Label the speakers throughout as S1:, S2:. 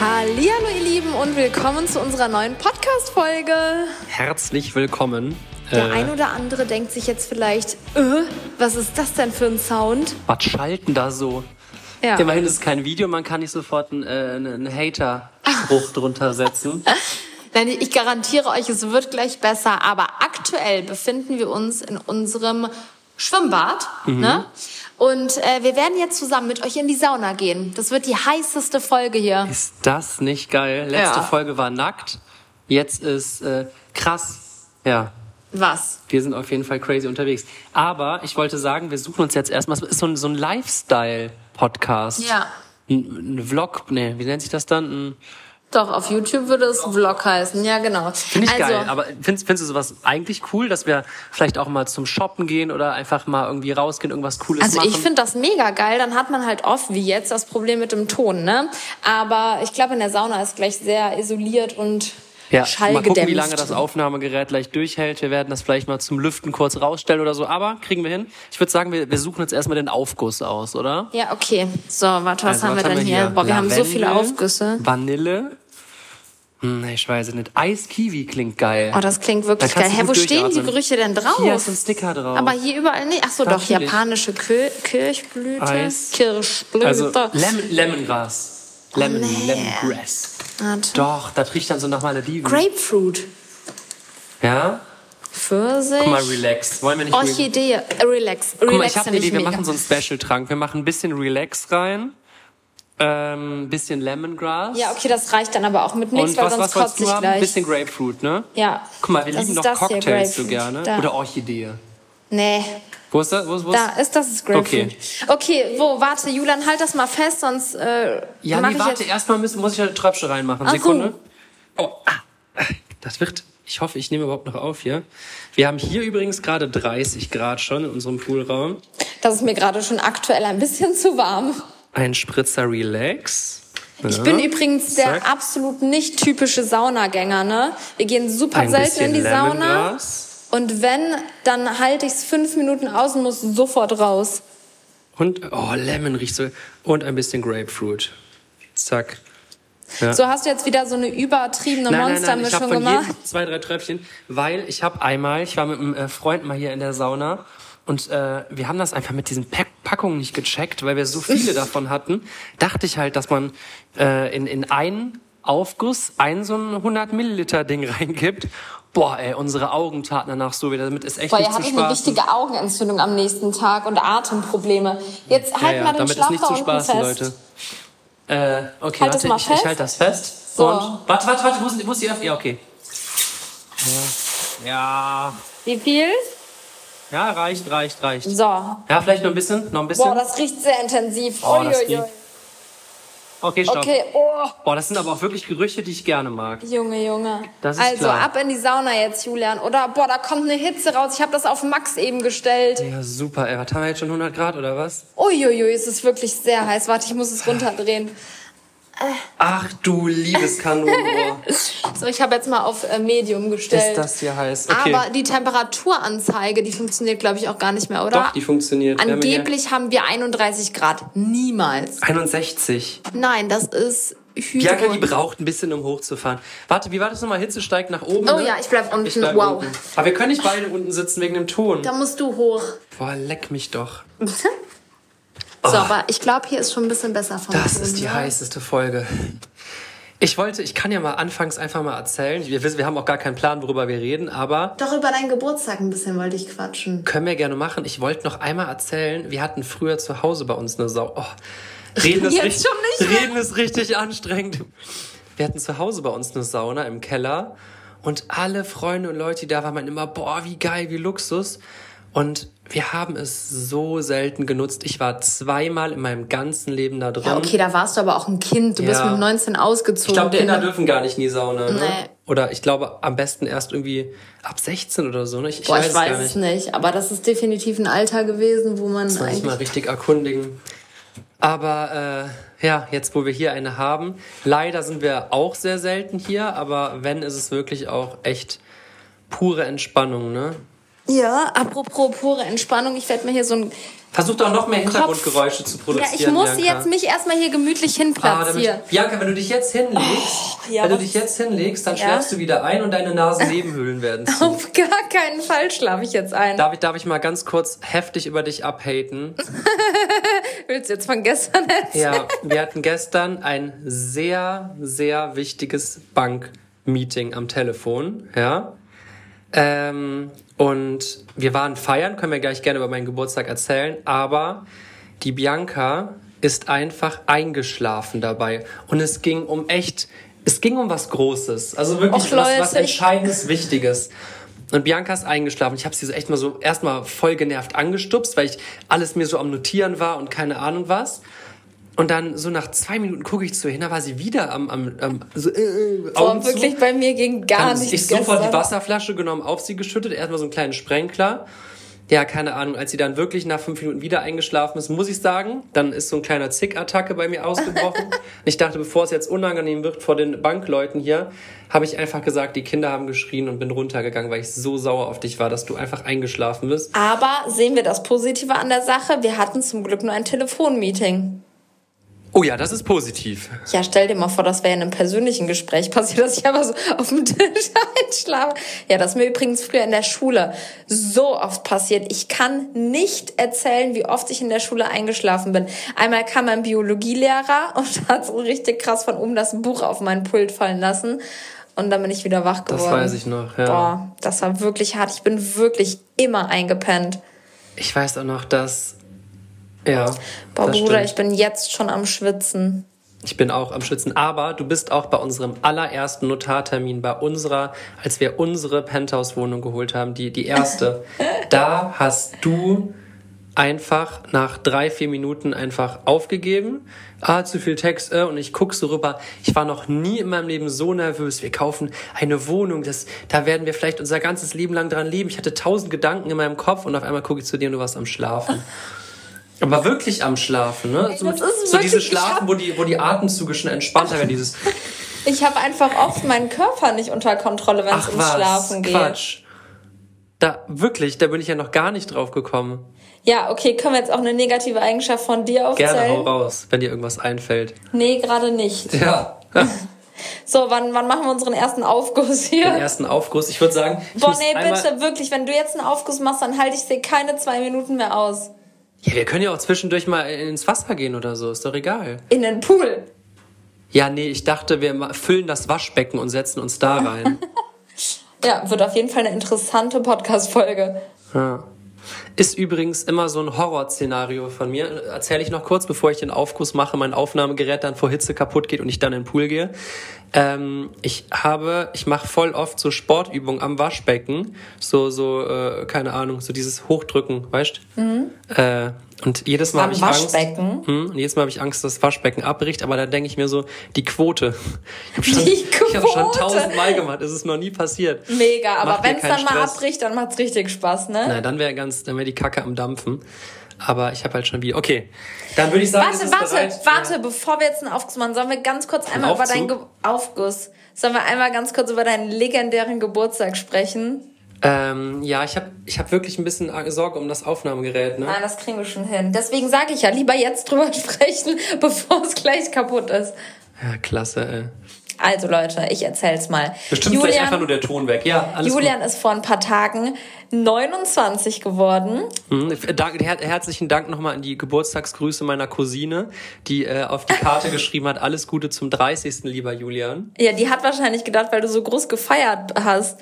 S1: Hallihallo ihr Lieben und willkommen zu unserer neuen Podcast-Folge.
S2: Herzlich willkommen.
S1: Der
S2: Äh,
S1: ein oder andere denkt sich jetzt vielleicht, äh, was ist das denn für ein Sound?
S2: was schalten da so?
S1: Ja.
S2: Immerhin ist es kein Video, man kann nicht sofort einen, äh, einen Hater-Spruch drunter setzen.
S1: Nein, ich garantiere euch, es wird gleich besser, aber aktuell befinden wir uns in unserem Schwimmbad.
S2: Mhm.
S1: Ne? Und äh, wir werden jetzt zusammen mit euch in die Sauna gehen. Das wird die heißeste Folge hier.
S2: Ist das nicht geil? Letzte
S1: Ja.
S2: Folge war nackt, jetzt ist äh, krass. Ja,
S1: Was?
S2: wir sind auf jeden Fall crazy unterwegs. Aber ich wollte sagen, wir suchen uns jetzt erstmal, es ist so ein, so ein Lifestyle-Podcast.
S1: Ja.
S2: Ein, ein Vlog, nee, wie nennt sich das dann? Ein,
S1: Doch, auf YouTube würde es Vlog heißen. Ja, genau.
S2: Finde ich geil, aber findest, findest du sowas eigentlich cool, dass wir vielleicht auch mal zum Shoppen gehen oder einfach mal irgendwie rausgehen, irgendwas Cooles
S1: Also
S2: machen?
S1: ich finde das mega geil, dann hat man halt oft wie jetzt das Problem mit dem Ton, ne? Aber ich glaube in der Sauna ist gleich sehr isoliert und
S2: ja, mal
S1: schallgedämpft.
S2: gucken, wie lange das Aufnahmegerät gleich durchhält. Wir werden das vielleicht mal zum Lüften kurz rausstellen oder so, aber kriegen wir hin. Ich würde sagen, wir, wir suchen jetzt erstmal den Aufguss aus, oder?
S1: ja, okay. So, warte, was
S2: Also,
S1: haben wir denn hier? Boah, wir haben so viele
S2: Lavendel,
S1: Aufgüsse.
S2: Vanille. Hm, ich weiß nicht. Eis-Kiwi klingt geil.
S1: Oh, das klingt wirklich
S2: Da
S1: geil.
S2: kannst
S1: Hä,
S2: du
S1: wo
S2: gut
S1: stehen die
S2: durchatmen.
S1: Gerüche denn drauf?
S2: Hier ist ein Sticker drauf.
S1: Aber hier überall nicht. Ach so, doch,
S2: Natürlich.
S1: japanische Kö Kirchblüte.
S2: Eis.
S1: Kirschblüte.
S2: also, Lemon, Lemongras. Lemon,
S1: Oh, nee. Ah,
S2: Lemongrass.
S1: Warte.
S2: Doch, das riecht dann so nach Malediven.
S1: Grapefruit.
S2: Ja? Guck mal,
S1: Pfirsich.
S2: relax. Wollen wir nicht relax?
S1: Orchidee. Äh, Relax. Relax
S2: Guck mal, ich habe eine
S1: finde
S2: Idee. Wir
S1: mega.
S2: machen so einen Special-Trank. Wir machen ein bisschen Relax rein, ähm, ein bisschen Lemongrass.
S1: Ja, okay, das reicht dann aber auch mit nichts,
S2: Und
S1: weil
S2: was,
S1: sonst
S2: was
S1: kotzt
S2: wolltest du
S1: ich
S2: haben? Ein
S1: gleich.
S2: bisschen Grapefruit, ne?
S1: Ja.
S2: Guck mal, wir
S1: Das
S2: lieben
S1: ist
S2: doch
S1: das hier,
S2: Cocktails so
S1: Grapefruit.
S2: gerne.
S1: Da.
S2: Oder Orchidee.
S1: Nee,
S2: Wo ist das? Wo ist, wo ist?
S1: da ist das ist Grapefruit. Okay.
S2: Okay.
S1: okay, wo, warte, Julian, halt das mal fest, sonst äh,
S2: Ja,
S1: mach
S2: nee,
S1: ich
S2: warte.
S1: jetzt...
S2: Erstmal muss, muss ich eine Tröpfchen reinmachen.
S1: Ach so.
S2: Sekunde. Oh, ah. Das wird... Ich hoffe, ich nehme überhaupt noch auf hier. Wir haben hier übrigens gerade 30 Grad schon in unserem Poolraum.
S1: Das ist mir gerade schon aktuell ein bisschen zu warm.
S2: Ein Spritzer Relax.
S1: Ich
S2: Ja.
S1: bin übrigens der
S2: Zack.
S1: absolut nicht typische Saunagänger, ne? Wir gehen super
S2: Ein
S1: selten in
S2: bisschen
S1: die Sauna.
S2: Lemongrass.
S1: Und wenn, dann halte ich es fünf Minuten aus und muss sofort raus.
S2: Und, oh, Lemon riecht so. Und ein bisschen Grapefruit. Zack. Ja.
S1: So hast du jetzt wieder so eine übertriebene
S2: ich habe
S1: Monstermischung
S2: von
S1: gemacht.
S2: jedem zwei, drei Tröpfchen, weil ich habe einmal, ich war mit einem äh, Freund mal hier in der Sauna und äh, wir haben das einfach mit diesen Pack Packungen nicht gecheckt, weil wir so viele davon hatten. Dachte ich halt, dass man äh, in, in einen Aufguss ein so ein 100 Milliliter Ding reingibt. Boah, ey, unsere Augen taten danach so wieder. Damit ist echt
S1: Boah, ihr
S2: nicht zu
S1: hattet eine
S2: spaßen.
S1: richtige Augenentzündung am nächsten Tag und Atemprobleme. Jetzt halt mal den
S2: damit ist
S1: Schlauch
S2: nicht
S1: da
S2: zu
S1: unten
S2: spaßen,
S1: fest.
S2: Leute. Äh, okay,
S1: Halt das
S2: warte,
S1: mal
S2: ich,
S1: fest.
S2: ich halte das fest.
S1: So.
S2: Und, warte, warte, warte, wo, sind, wo ist die Öffnung? Ja, okay. Ja.
S1: Wie viel?
S2: ja, ja, reicht, reicht, reicht.
S1: So.
S2: Ja, vielleicht noch ein bisschen, noch ein bisschen.
S1: Boah, das riecht sehr intensiv.
S2: Oh, das
S1: Uiuiui.
S2: riecht- okay, stopp.
S1: Okay, oh,
S2: Boah, das sind aber auch wirklich Gerüche, die ich gerne mag.
S1: Junge, Junge.
S2: Das ist
S1: also
S2: klar.
S1: ab in die Sauna jetzt, Julian. Oder boah, da kommt eine Hitze raus. Ich habe das auf Max eben gestellt.
S2: Ja, super, ey. Was haben wir jetzt schon 100 Grad oder was?
S1: Uiuiui, es ist wirklich sehr heiß. Warte, ich muss es runterdrehen.
S2: Ach du liebes Kanonenrohr.
S1: So, ich habe jetzt mal auf äh, Medium gestellt.
S2: ist das hier heiß? Okay.
S1: Aber die Temperaturanzeige, die funktioniert, glaube ich, auch gar nicht mehr, oder?
S2: Doch, die funktioniert. Wir haben hier-
S1: Angeblich haben wir 31 Grad. Niemals.
S2: 61.
S1: Nein, das ist Hydro.
S2: Bianca, die braucht ein bisschen, um hochzufahren. Warte, wie war das nochmal? Hitze steigt nach oben.
S1: Oh
S2: ne?
S1: ja, ich bleib unten.
S2: Ich bleib
S1: Wow.
S2: unten. Aber wir können nicht beide unten sitzen wegen dem Ton.
S1: da musst du hoch.
S2: Boah, leck mich doch.
S1: So, aber ich glaube, hier ist schon ein bisschen besser ne? von
S2: Ah. Das ist die heißeste Folge. Ich wollte, ich kann ja mal anfangs einfach mal erzählen. Wir wissen, wir haben auch gar keinen Plan, worüber wir reden, aber
S1: Doch über deinen Geburtstag ein bisschen wollte ich quatschen.
S2: können wir gerne machen. Ich wollte noch einmal erzählen, wir hatten früher zu Hause bei uns eine Sau. Oh, reden ist,
S1: Jetzt
S2: richtig,
S1: schon nicht mehr.
S2: reden ist richtig anstrengend. Wir hatten zu Hause bei uns eine Sauna im Keller und alle Freunde und Leute, die da waren, meinten immer, boah, wie geil, wie Luxus. Und wir haben es so selten genutzt. Ich war zweimal in meinem ganzen Leben da drin.
S1: Ja, okay, da warst du aber auch ein Kind. Du bist
S2: Ja.
S1: mit 19 ausgezogen.
S2: Ich glaube, die Inder
S1: Kinder-
S2: dürfen gar nicht in die Sauna. Ne?
S1: Nee.
S2: Oder ich glaube, am besten erst irgendwie ab 16 oder so. Ne? Ich, ich
S1: Boah,
S2: weiß,
S1: ich weiß
S2: es gar
S1: es
S2: nicht.
S1: nicht. Aber das ist definitiv ein Alter gewesen, wo man
S2: Muss man sich mal
S1: eigentlich...
S2: richtig erkundigen. Aber äh, ja, jetzt wo wir hier eine haben, leider sind wir auch sehr selten hier, aber wenn, ist es wirklich auch echt pure Entspannung, ne?
S1: Ja, apropos pure Entspannung, ich werde mir hier so ein.
S2: Versuch doch noch mehr Hintergrundgeräusche zu
S1: Ja,
S2: produzieren.
S1: ich muss
S2: Bianca.
S1: jetzt mich erstmal hier gemütlich
S2: Ah, damit,
S1: hinplatzieren.
S2: Bianca, wenn du dich jetzt hinlegst,
S1: Oh, ja,
S2: wenn du
S1: was-
S2: dich jetzt hinlegst, dann
S1: Ja.
S2: schläfst du wieder ein und deine Nasennebenhöhlen werden zu.
S1: Auf gar keinen Fall schlafe ich jetzt ein.
S2: Darf ich, darf ich mal ganz kurz heftig über dich abhaten?
S1: Willst du jetzt von gestern erzählen?
S2: Ja, wir hatten gestern ein sehr, sehr wichtiges Bank-Meeting am Telefon, ja. Ähm, und wir waren feiern, können wir gleich gerne über meinen Geburtstag erzählen, aber die Bianca ist einfach eingeschlafen dabei. Und es ging um echt, es ging um was Großes. Also wirklich
S1: Och,
S2: was,
S1: Leute,
S2: was
S1: ich-
S2: Entscheidendes, Wichtiges. Und Bianca ist eingeschlafen. Ich habe sie so echt mal so erstmal voll genervt angestupst, weil ich alles mir so am Notieren war und keine Ahnung was. Und dann so nach zwei Minuten gucke ich zu ihr hin, da war sie wieder am, am, am so, äh, äh,
S1: Boah,
S2: Augen zu.
S1: wirklich bei mir ging
S2: Dann
S1: gar
S2: hab
S1: nichts.
S2: ich sofort die
S1: gestern.
S2: Wasserflasche genommen, auf sie geschüttet, erstmal so einen kleinen Sprenkler. Ja, keine Ahnung, als sie dann wirklich nach fünf Minuten wieder eingeschlafen ist, muss ich sagen, dann ist so ein kleiner Zick-Attacke bei mir ausgebrochen. Und ich dachte, bevor es jetzt unangenehm wird vor den Bankleuten hier, habe ich einfach gesagt, die Kinder haben geschrien und bin runtergegangen, weil ich so sauer auf dich war, dass du einfach eingeschlafen bist.
S1: Aber sehen wir das Positive an der Sache? Wir hatten zum Glück nur ein Telefonmeeting.
S2: Oh ja, das ist positiv.
S1: Ja, stell dir mal vor, das wäre in einem persönlichen Gespräch passiert, dass ich einfach so auf dem Tisch einschlafe. Ja, das ist mir übrigens früher in der Schule so oft passiert. Ich kann nicht erzählen, wie oft ich in der Schule eingeschlafen bin. Einmal kam mein Biologielehrer und hat so richtig krass von oben das Buch auf meinen Pult fallen lassen. Und dann bin ich wieder wach geworden.
S2: Das weiß ich noch, ja.
S1: Boah, das war wirklich hart. Ich bin wirklich immer eingepennt.
S2: Ich weiß auch noch, dass... Ja,
S1: Boah,
S2: das
S1: Bruder,
S2: stimmt.
S1: ich bin jetzt schon am Schwitzen.
S2: Ich bin auch am Schützen, aber du bist auch bei unserem allerersten Notartermin, bei unserer, als wir unsere Penthouse-Wohnung geholt haben, die, die erste. da hast du einfach nach drei, vier Minuten einfach aufgegeben. Ah, zu viel Text, äh, und ich guck so rüber. Ich war noch nie in meinem Leben so nervös. Wir kaufen eine Wohnung, das, da werden wir vielleicht unser ganzes Leben lang dran leben. Ich hatte tausend Gedanken in meinem Kopf und auf einmal gucke ich zu dir und du warst am Schlafen. Aber wirklich am Schlafen, ne? So,
S1: das ist
S2: so
S1: wirklich-
S2: diese
S1: ich
S2: Schlafen, wo die, wo die Atemzüge schon entspannter werden, dieses
S1: Ich habe einfach oft meinen Körper nicht unter Kontrolle, wenn es
S2: Ach
S1: ums
S2: was,
S1: Schlafen geht.
S2: Quatsch. Da, wirklich, da bin ich ja noch gar nicht drauf gekommen.
S1: Ja, okay, können wir jetzt auch eine negative Eigenschaft von dir aufzählen?
S2: Gerne, hau raus, wenn dir irgendwas einfällt.
S1: Nee, gerade nicht.
S2: Ja.
S1: So, wann, wann machen wir unseren ersten Aufguss
S2: Den
S1: hier?
S2: ersten Aufguss. Ich würde sagen, ich
S1: Boah,
S2: muss
S1: nee,
S2: einmal,
S1: bitte, wirklich, wenn du jetzt einen Aufguss machst, dann halte ich dir keine zwei Minuten mehr aus.
S2: Ja, wir können ja auch zwischendurch mal ins Wasser gehen oder so, ist doch egal.
S1: In den Pool.
S2: Ja, nee, ich dachte, wir ma- füllen das Waschbecken und setzen uns da rein.
S1: Ja, wird auf jeden Fall eine interessante Podcast-Folge.
S2: Ja. Ist übrigens immer so ein Horrorszenario von mir. Erzähle ich noch kurz, bevor ich den Aufguss mache, mein Aufnahmegerät dann vor Hitze kaputt geht und ich dann in den Pool gehe. Ähm, ich habe, ich mache voll oft so Sportübungen am Waschbecken. So, so, äh, keine Ahnung, so dieses Hochdrücken, weißt Äh, und jedes Mal
S1: Mhm. Am
S2: habe ich
S1: Waschbecken?
S2: Angst. Hm, und jedes Mal habe ich Angst, dass das Waschbecken abbricht, aber da denke ich mir so, die Quote. Ich habe schon,
S1: Die
S2: ich hab schon
S1: Quote.
S2: tausendmal gemacht, es ist noch nie passiert.
S1: Mega, aber
S2: Mach dir
S1: wenn es
S2: keinen
S1: dann mal
S2: Stress.
S1: abbricht, dann macht's richtig Spaß, ne?
S2: Na, dann wäre ganz, dann wäre die Kacke am Dampfen. Aber ich habe halt schon wieder. Okay, dann würde ich sagen, es
S1: Warte,
S2: ist
S1: warte,
S2: bereit.
S1: warte, bevor wir jetzt einen Aufguss machen, sollen wir ganz kurz einmal über
S2: Aufzug?
S1: deinen Ge Aufguss, sollen wir einmal ganz kurz über deinen legendären Geburtstag sprechen?
S2: Ähm, ja, ich habe ich hab wirklich ein bisschen Sorge um das Aufnahmegerät. Ne?
S1: Nein, das kriegen wir schon hin. Deswegen sage ich ja, lieber jetzt drüber sprechen, bevor es gleich kaputt ist.
S2: Ja, klasse. Ey.
S1: Also Leute, ich erzähl's mal.
S2: Bestimmt vielleicht einfach nur der Ton weg. Ja, alles
S1: Julian ist vor ein paar Tagen 29 geworden.
S2: gut. Hm, Dank, her, herzlichen Dank nochmal an die Geburtstagsgrüße meiner Cousine, die äh, auf die Karte geschrieben hat, alles Gute zum 30. lieber Julian.
S1: Ja, die hat wahrscheinlich gedacht, weil du so groß gefeiert hast.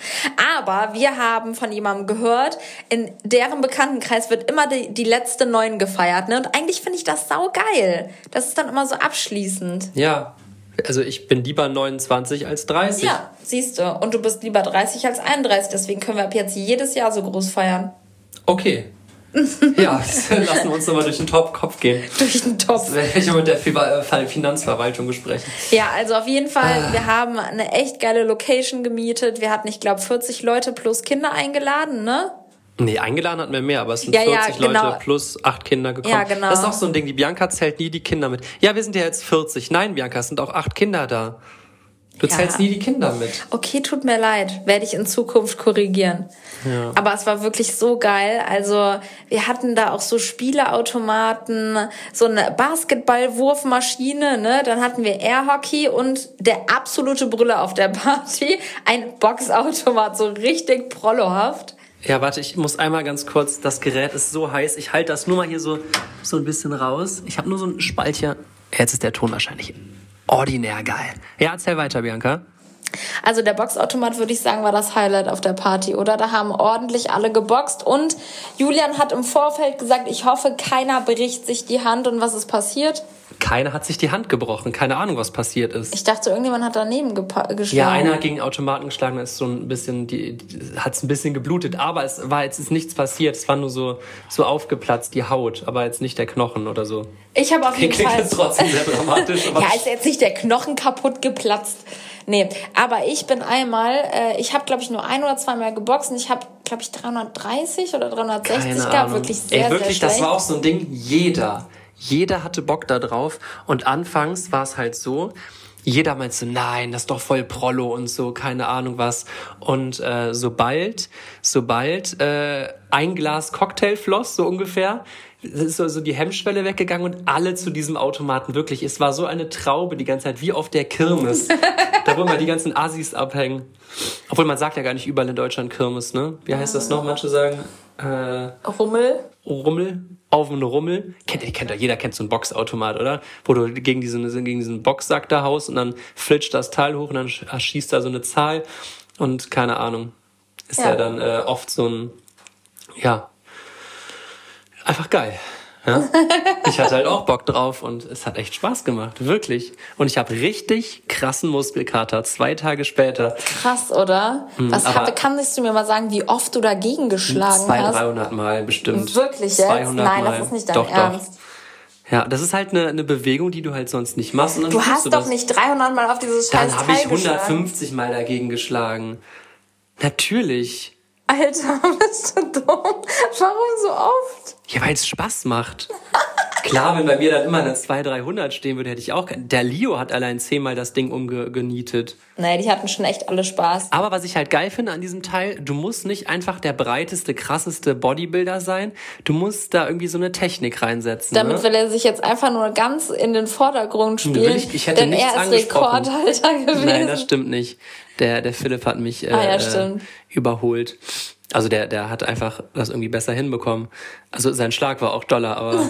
S1: Aber wir haben von jemandem gehört, in deren Bekanntenkreis wird immer die, die letzte Neun gefeiert. Ne? Und eigentlich finde ich das saugeil. Das ist dann immer so abschließend.
S2: Ja, also ich bin lieber 29 als 30.
S1: Ja, siehst du. Und du bist lieber 30 als 31. Deswegen können wir ab jetzt jedes Jahr so groß feiern.
S2: Okay. ja, lassen wir uns nochmal durch den Top Kopf gehen.
S1: Durch den Topf.
S2: Werde ich mal mit der Fiba- äh, Finanzverwaltung besprechen.
S1: Ja, also auf jeden Fall, wir haben eine echt geile Location gemietet. Wir hatten, ich glaube, 40 Leute plus Kinder eingeladen, ne?
S2: Nee, eingeladen hat mir mehr, aber es sind
S1: Ja, ja,
S2: 40
S1: genau.
S2: Leute plus acht Kinder gekommen.
S1: Ja, genau.
S2: Das ist auch so ein Ding, die Bianca zählt nie die Kinder mit. Ja, wir sind ja jetzt 40. Nein, Bianca, es sind auch acht Kinder da. Du zählst nie die Kinder mit.
S1: Okay, tut mir leid, werde ich in Zukunft korrigieren. Ja. Aber es war wirklich so geil. Also wir hatten da auch so Spieleautomaten, so eine Basketballwurfmaschine, ne? Dann hatten wir Airhockey und der absolute Brüller auf der Party, ein Boxautomat, so richtig prollohaft.
S2: Ja, warte, ich muss einmal ganz kurz, das Gerät ist so heiß, ich halte das nur mal hier so, so ein bisschen raus. Ich habe nur so einen Spalt hier. Jetzt ist der Ton wahrscheinlich ordinär geil. Ja, erzähl weiter, Bianca.
S1: Also der Boxautomat, würde ich sagen, war das Highlight auf der Party, oder? Da haben ordentlich alle geboxt und Julian hat im Vorfeld gesagt, ich hoffe, keiner bricht sich die Hand und was ist passiert?
S2: Keiner hat sich die Hand gebrochen, keine Ahnung, was passiert ist.
S1: Ich dachte, irgendjemand hat daneben gepa- geschlagen.
S2: Ja, einer hat gegen Automaten geschlagen, da ist so ein bisschen, die, die hat's ein bisschen geblutet, aber es war jetzt ist nichts passiert, es war nur so, so aufgeplatzt, die Haut, aber jetzt nicht der Knochen oder so.
S1: Ich habe auf jeden
S2: Klingt
S1: Fall.
S2: jetzt trotzdem sehr dramatisch, aber
S1: ja, ist jetzt nicht der Knochen kaputt geplatzt. Nee, aber ich bin einmal, äh, ich habe glaube ich nur ein oder zweimal geboxt und ich habe glaube ich 330 oder 360
S2: keine
S1: gehabt,
S2: Ahnung.
S1: wirklich sehr
S2: Ey, wirklich,
S1: sehr
S2: das
S1: schlecht.
S2: war auch so ein Ding, jeder, jeder hatte Bock da drauf und anfangs war es halt so, jeder meinte so, nein, das ist doch voll Prollo und so, keine Ahnung was. Und äh, sobald, sobald äh, ein Glas Cocktail floss, so ungefähr, ist so so die Hemmschwelle weggegangen und alle zu diesem Automaten wirklich. Es war so eine Traube die ganze Zeit, wie auf der Kirmes. da wollen wir die ganzen Assis abhängen. Obwohl man sagt ja gar nicht überall in Deutschland Kirmes, ne? Wie heißt das noch? Manche sagen. Äh,
S1: Rummel.
S2: Rummel, auf und Rummel. Kennt ihr, kennt doch, jeder kennt so einen Boxautomat, oder? Wo du gegen diesen, gegen diesen Boxsack da haust und dann flitscht das Teil hoch und dann sch- äh, schießt da so eine Zahl und keine Ahnung. Ist ja,
S1: Ja.
S2: dann äh, oft so ein, ja, einfach geil. Ja? Ich hatte halt auch Bock drauf und es hat echt Spaß gemacht, wirklich. Und ich habe richtig krassen Muskelkater, zwei Tage später,
S1: Krass, oder? Was
S2: Hm, aber-
S1: hab, kannst du mir mal sagen, wie oft du dagegen geschlagen
S2: zwei,
S1: hast?
S2: 300 Mal bestimmt.
S1: Wirklich jetzt?
S2: 200
S1: Nein,
S2: Mal.
S1: das ist nicht dein
S2: doch,
S1: Ernst.
S2: Doch. Ja, das ist halt eine, eine Bewegung, die du halt sonst nicht machst. Und dann
S1: Du
S2: tust
S1: hast
S2: du
S1: doch
S2: das.
S1: nicht 300 Mal auf dieses scheiß
S2: Dann habe ich
S1: Teil geschlagen.
S2: 150 Mal dagegen geschlagen. Natürlich.
S1: Alter, bist du dumm? Warum so oft?
S2: Ja, weil es Spaß macht. Klar, wenn bei mir dann immer eine 200, 300 stehen würde, hätte ich auch. kein- Der Leo hat allein zehnmal das Ding umgenietet.
S1: Nee, die hatten schon echt alle Spaß.
S2: Aber was ich halt geil finde an diesem Teil, du musst nicht einfach der breiteste, krasseste Bodybuilder sein. Du musst da irgendwie so eine Technik reinsetzen. ne? Hm,
S1: Damit will er sich jetzt einfach nur ganz in den Vordergrund spielen,
S2: ich- ich hätte
S1: denn
S2: nichts
S1: er ist
S2: angesprochen.
S1: Rekordhalter gewesen.
S2: Nein, das stimmt nicht. Der, der Philipp hat mich äh,
S1: Ah, ja,
S2: äh,
S1: stimmt.
S2: überholt. Also der, der hat einfach das irgendwie besser hinbekommen. Also sein Schlag war auch doller, aber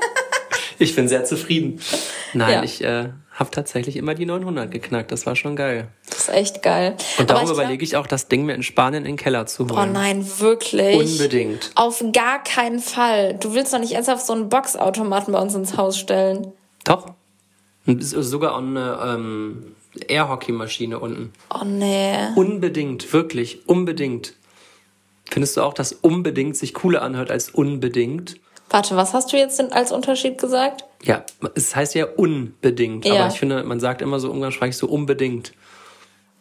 S2: ich bin sehr zufrieden. Nein,
S1: Ja.
S2: ich äh, habe tatsächlich immer die 900 geknackt. Das war schon geil.
S1: Das ist echt geil.
S2: Und
S1: Aber
S2: darum
S1: ich glaub-
S2: überlege ich auch, das Ding mir in Spanien in den Keller zu
S1: Oh
S2: holen.
S1: nein, wirklich.
S2: Unbedingt.
S1: Auf gar keinen Fall. Du willst doch nicht ernsthaft so einen Boxautomaten bei uns ins Haus stellen.
S2: Doch. Und es ist Sogar auch eine ähm, Airhockey-Maschine unten.
S1: Oh nee.
S2: Unbedingt, wirklich, unbedingt. Findest du auch, dass unbedingt sich cooler anhört als unbedingt?
S1: Warte, was hast du jetzt denn als Unterschied gesagt?
S2: Ja, es heißt ja unbedingt,
S1: Ja.
S2: aber ich finde, man sagt immer so umgangssprachlich so unbedingt.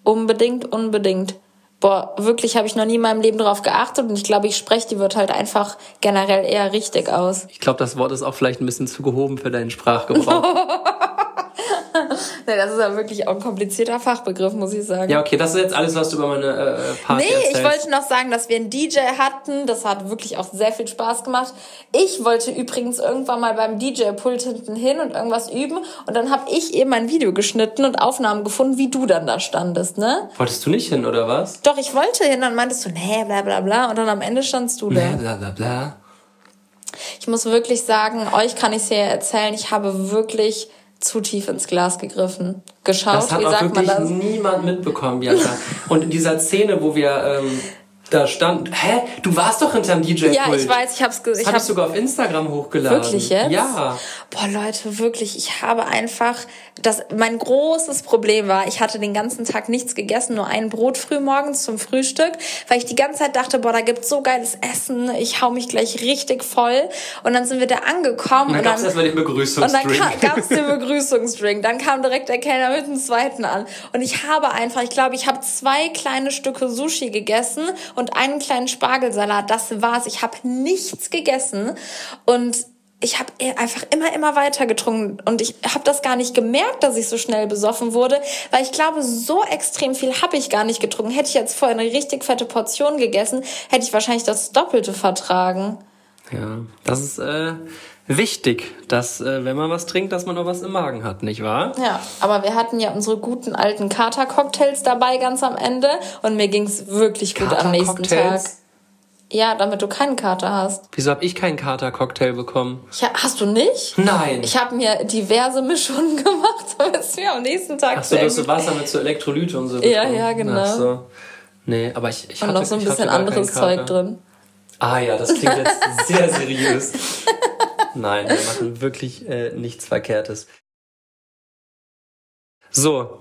S1: Unbedingt, unbedingt. Boah, wirklich habe ich noch nie in meinem Leben drauf geachtet und ich glaube, ich spreche die Wörter halt einfach generell eher richtig aus.
S2: Ich glaube, das Wort ist auch vielleicht ein bisschen zu gehoben für deinen Sprachgebrauch.
S1: Nee, das ist ja wirklich auch ein komplizierter Fachbegriff, muss ich sagen.
S2: ja, okay, das ist jetzt alles, was du über meine äh, äh, Party
S1: Nee,
S2: erzählst.
S1: ich wollte noch sagen, dass wir einen DJ hatten. Das hat wirklich auch sehr viel Spaß gemacht. Ich wollte übrigens irgendwann mal beim DJ-Pult hinten hin und irgendwas üben. Und dann habe ich eben ein Video geschnitten und Aufnahmen gefunden, wie du dann da standest, ne?
S2: Wolltest du nicht hin, oder was?
S1: Doch, ich wollte hin, dann meintest du, nee, bla bla bla. Und dann am Ende standst du da.
S2: Bla, bla, bla.
S1: Ich muss wirklich sagen, euch kann ich hier erzählen, ich habe wirklich zu tief ins Glas gegriffen. Geschaut,
S2: Das hat
S1: wie
S2: auch
S1: sagt man
S2: wirklich
S1: das?
S2: niemand mitbekommen, Bianca. Und in dieser Szene, wo wir ähm, da standen, hä, du warst doch hinterm DJ-Pult.
S1: Ja, ich weiß, ich hab's ge-
S2: Das
S1: ich
S2: habe
S1: hab
S2: ich sogar auf Instagram hochgeladen.
S1: Wirklich jetzt?
S2: Ja.
S1: Boah, Leute, wirklich. Ich habe einfach, das, mein großes Problem war, ich hatte den ganzen Tag nichts gegessen, nur ein Brot früh morgens zum Frühstück, weil ich die ganze Zeit dachte, boah, da gibt's so geiles Essen, ich hau mich gleich richtig voll. Und dann sind wir da angekommen
S2: Dann
S1: und
S2: gab es
S1: dann,
S2: erstmal den
S1: und dann
S2: Begrüßungsdrink.
S1: ka- gab's den Begrüßungsdrink. Dann kam direkt der Kellner mit dem zweiten an. Und ich habe einfach, ich glaube, ich habe zwei kleine Stücke Sushi gegessen und einen kleinen Spargelsalat. Das war's. Ich habe nichts gegessen. Und ich habe e-, einfach immer, immer weiter getrunken und ich habe das gar nicht gemerkt, dass ich so schnell besoffen wurde, weil ich glaube, so extrem viel habe ich gar nicht getrunken. Hätte ich jetzt vorher eine richtig fette Portion gegessen, hätte ich wahrscheinlich das Doppelte vertragen.
S2: Ja, das ist äh, wichtig, dass äh, wenn man was trinkt, dass man auch was im Magen hat, nicht wahr?
S1: Ja, aber wir hatten ja unsere guten alten Kater-Cocktails dabei ganz am Ende und mir ging's wirklich gut am nächsten Tag.
S2: Kater-Cocktails?
S1: Ja, damit du keinen Kater hast.
S2: Wieso habe ich keinen Kater-Cocktail bekommen?
S1: Ich, ha- hast du nicht?
S2: Nein.
S1: Ich habe mir diverse Mischungen gemacht, damit es mir am nächsten Tag
S2: Ach so, du hast
S1: sehr
S2: so
S1: gut-
S2: Wasser mit so Elektrolyte und so.
S1: Ja,
S2: bekommen.
S1: ja, genau.
S2: Ach so. Nee, aber ich, ich
S1: Und
S2: hatte,
S1: noch so ein
S2: ich hatte
S1: bisschen
S2: gar
S1: anderes
S2: keinen Kater.
S1: Zeug drin.
S2: Ah ja, das klingt jetzt sehr seriös. Nein, wir machen wirklich äh, nichts Verkehrtes. So,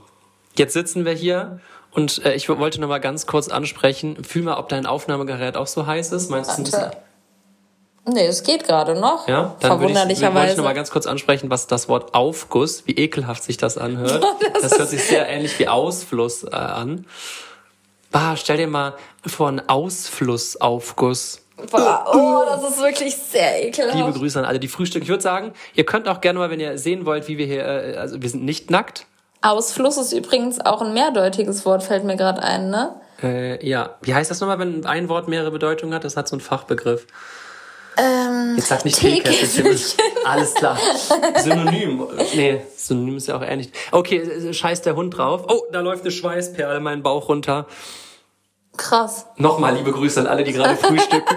S2: jetzt sitzen wir hier und äh, ich w- wollte noch mal ganz kurz ansprechen. Fühl mal, ob dein Aufnahmegerät auch so heiß ist. Meinst du es ist ein bisschen?
S1: Nee, es geht gerade noch.
S2: Ja, dann würde ich, wollte ich noch mal ganz kurz ansprechen, was das Wort Aufguss, wie ekelhaft sich das anhört. das hört sich sehr ähnlich wie Ausfluss äh, an. Bah, stell dir mal vor, einen Ausflussaufguss.
S1: Boah, oh, das ist wirklich sehr
S2: Liebe
S1: ekelhaft.
S2: Grüße an alle, die frühstücken. Ich würde sagen, ihr könnt auch gerne mal, wenn ihr sehen wollt, wie wir hier, äh, also wir sind nicht nackt.
S1: Ausfluss ist übrigens auch ein mehrdeutiges Wort, fällt mir gerade ein, ne?
S2: Äh, ja, wie heißt das nochmal, wenn ein Wort mehrere Bedeutungen hat? Das hat so einen Fachbegriff.
S1: Ähm,
S2: Jetzt sag nicht
S1: Teekesselchen.
S2: Teekesselchen. Alles klar. Synonym. Nee, Synonym ist ja auch ähnlich. Okay, äh, scheiß der Hund drauf. Oh, da läuft eine Schweißperle meinen Bauch runter.
S1: krass.
S2: Nochmal liebe Grüße an alle, die gerade frühstücken.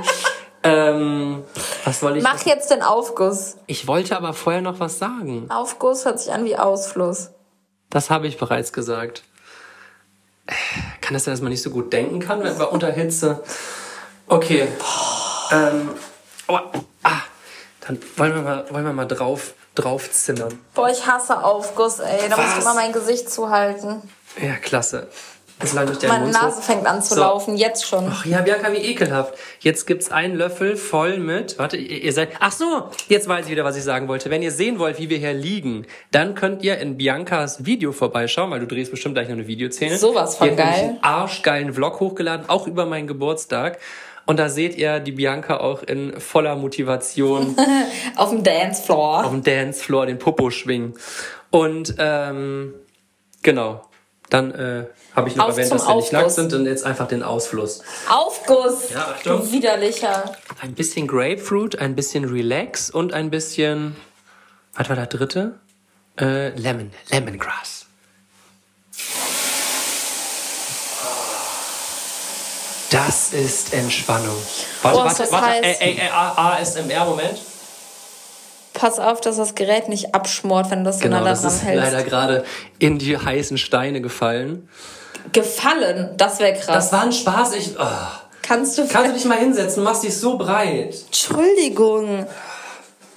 S2: ähm, was wollte ich?
S1: Mach jetzt den Aufguss.
S2: Ich wollte aber vorher noch was sagen.
S1: Aufguss hört sich an wie Ausfluss.
S2: Das habe ich bereits gesagt. Kann das sein, dass man nicht so gut denken kann, wenn man unter Hitze. Okay. Ähm, aua, ah, dann wollen wir mal, wollen wir mal drauf, drauf zimmern.
S1: Boah, ich hasse Aufguss, ey. Da muss
S2: Was?
S1: ich immer mein Gesicht zuhalten.
S2: Ja, klasse. Jetzt lang durch deinen
S1: Meine
S2: Mund. so.
S1: Nase fängt an zu
S2: So.
S1: laufen, jetzt schon.
S2: Ach ja, Bianca, wie ekelhaft. Jetzt gibt's einen Löffel voll mit. Warte, ihr, ihr seid. Ach so, jetzt weiß ich wieder, was ich sagen wollte. Wenn ihr sehen wollt, wie wir hier liegen, dann könnt ihr in Biancas Video vorbeischauen, weil du drehst bestimmt gleich noch eine Videozähne.
S1: Sowas von
S2: Die hat nämlich
S1: geil.
S2: Einen arschgeilen Vlog hochgeladen, auch über meinen Geburtstag. Und da seht ihr die Bianca auch in voller Motivation
S1: Auf dem Dancefloor.
S2: auf dem Dancefloor den Popo schwingen. Und ähm, genau. Dann äh, habe ich noch
S1: Auf
S2: erwähnt,
S1: zum
S2: dass wir nicht nackt
S1: Aufguss.
S2: sind und jetzt einfach den Ausfluss.
S1: Aufguss!
S2: Ja, Achtung.
S1: Du widerlicher.
S2: Ein bisschen Grapefruit, ein bisschen Relax und ein bisschen. Was war der dritte? Äh, Lemon. Lemongrass. Das ist Entspannung. Warte,
S1: Oh, ist
S2: warte,
S1: das
S2: warte.
S1: heiß.
S2: Ey, ey, ey, A- ASMR, Moment.
S1: Pass auf, dass das Gerät nicht abschmort, wenn du das
S2: Genau,
S1: genau
S2: das
S1: daran
S2: ist
S1: hältst.
S2: leider gerade in die heißen Steine gefallen.
S1: Gefallen, das wäre krass.
S2: Das war ein Spaß. Ich, oh.
S1: Kannst du.
S2: Kannst du dich mal hinsetzen? Du machst dich so breit.
S1: Entschuldigung.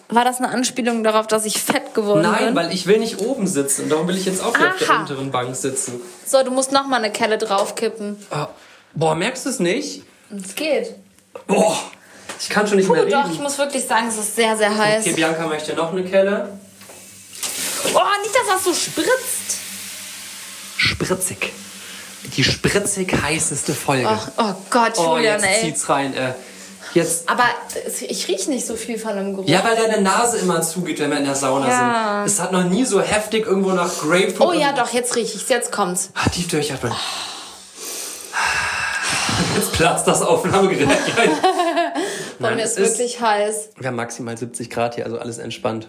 S1: War das eine Anspielung darauf, dass ich fett geworden
S2: Nein,
S1: bin?
S2: weil ich will nicht oben sitzen. Und darum will ich jetzt auch wieder auf der
S1: Aha.
S2: unteren Bank sitzen.
S1: So, du musst noch mal eine Kelle draufkippen.
S2: Ah, boah, merkst du es nicht?
S1: Es geht.
S2: Boah, ich kann schon nicht
S1: Puh,
S2: mehr
S1: doch, ich
S2: reden.
S1: muss wirklich sagen, es ist sehr, sehr heiß.
S2: Okay, Bianca möchte noch eine Kelle.
S1: Oh, nicht, dass das so spritzt.
S2: Spritzig. Die spritzig heißeste Folge.
S1: Oh, oh Gott,
S2: oh,
S1: Julian,
S2: jetzt
S1: ey.
S2: zieht's rein. Äh, jetzt.
S1: Aber es- ich riech nicht so viel von dem Geruch.
S2: Ja, weil deine Nase immer zugeht, wenn wir in der Sauna
S1: Ja.
S2: sind. Es hat noch nie so heftig irgendwo nach Grapefruit.
S1: oh
S2: und-
S1: ja, doch, jetzt riech ich's, jetzt kommt's.
S2: Ah, tief durchatmen. Jetzt platzt das Aufnahmegerät rein.
S1: Bei
S2: Nein,
S1: mir
S2: es
S1: ist
S2: ist-
S1: wirklich heiß.
S2: Wir haben maximal 70 Grad hier, also alles entspannt.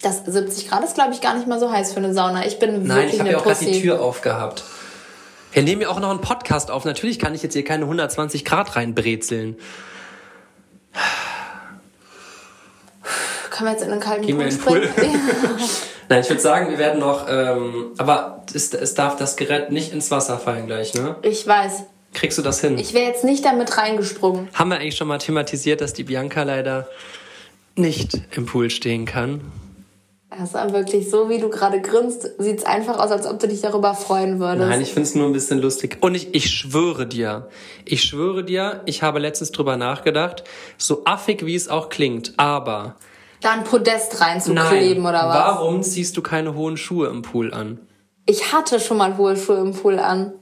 S1: Das 70 Grad ist, glaube ich, gar nicht mal so heiß für eine Sauna. Ich bin
S2: Nein,
S1: wirklich
S2: ich habe
S1: eine
S2: ja auch gerade
S1: Pussy.
S2: die Tür aufgehabt. Wir nehmen ja auch noch einen Podcast auf. Natürlich kann ich jetzt hier keine 120 Grad reinbrezeln.
S1: Können wir jetzt in einen kalten
S2: Gehen wir
S1: Pool
S2: in den Pool.
S1: springen?
S2: Nein, ich würde sagen, wir werden noch. Ähm, aber es, es darf das Gerät nicht ins Wasser fallen gleich, ne?
S1: ich weiß.
S2: Kriegst du das hin?
S1: Ich wäre jetzt nicht damit reingesprungen.
S2: Haben wir eigentlich schon mal thematisiert, dass die Bianca leider nicht im Pool stehen kann?
S1: Das war wirklich so, wie du gerade grinst, sieht's einfach aus, als ob du dich darüber freuen würdest.
S2: Nein, ich finde es nur ein bisschen lustig. Und ich, ich schwöre dir, ich schwöre dir, ich habe letztens drüber nachgedacht, so affig wie es auch klingt, aber
S1: Da ein Podest
S2: Nein.
S1: reinzukleben oder was?
S2: Warum ziehst du keine hohen Schuhe im Pool an?
S1: Ich hatte schon mal hohe Schuhe im Pool an.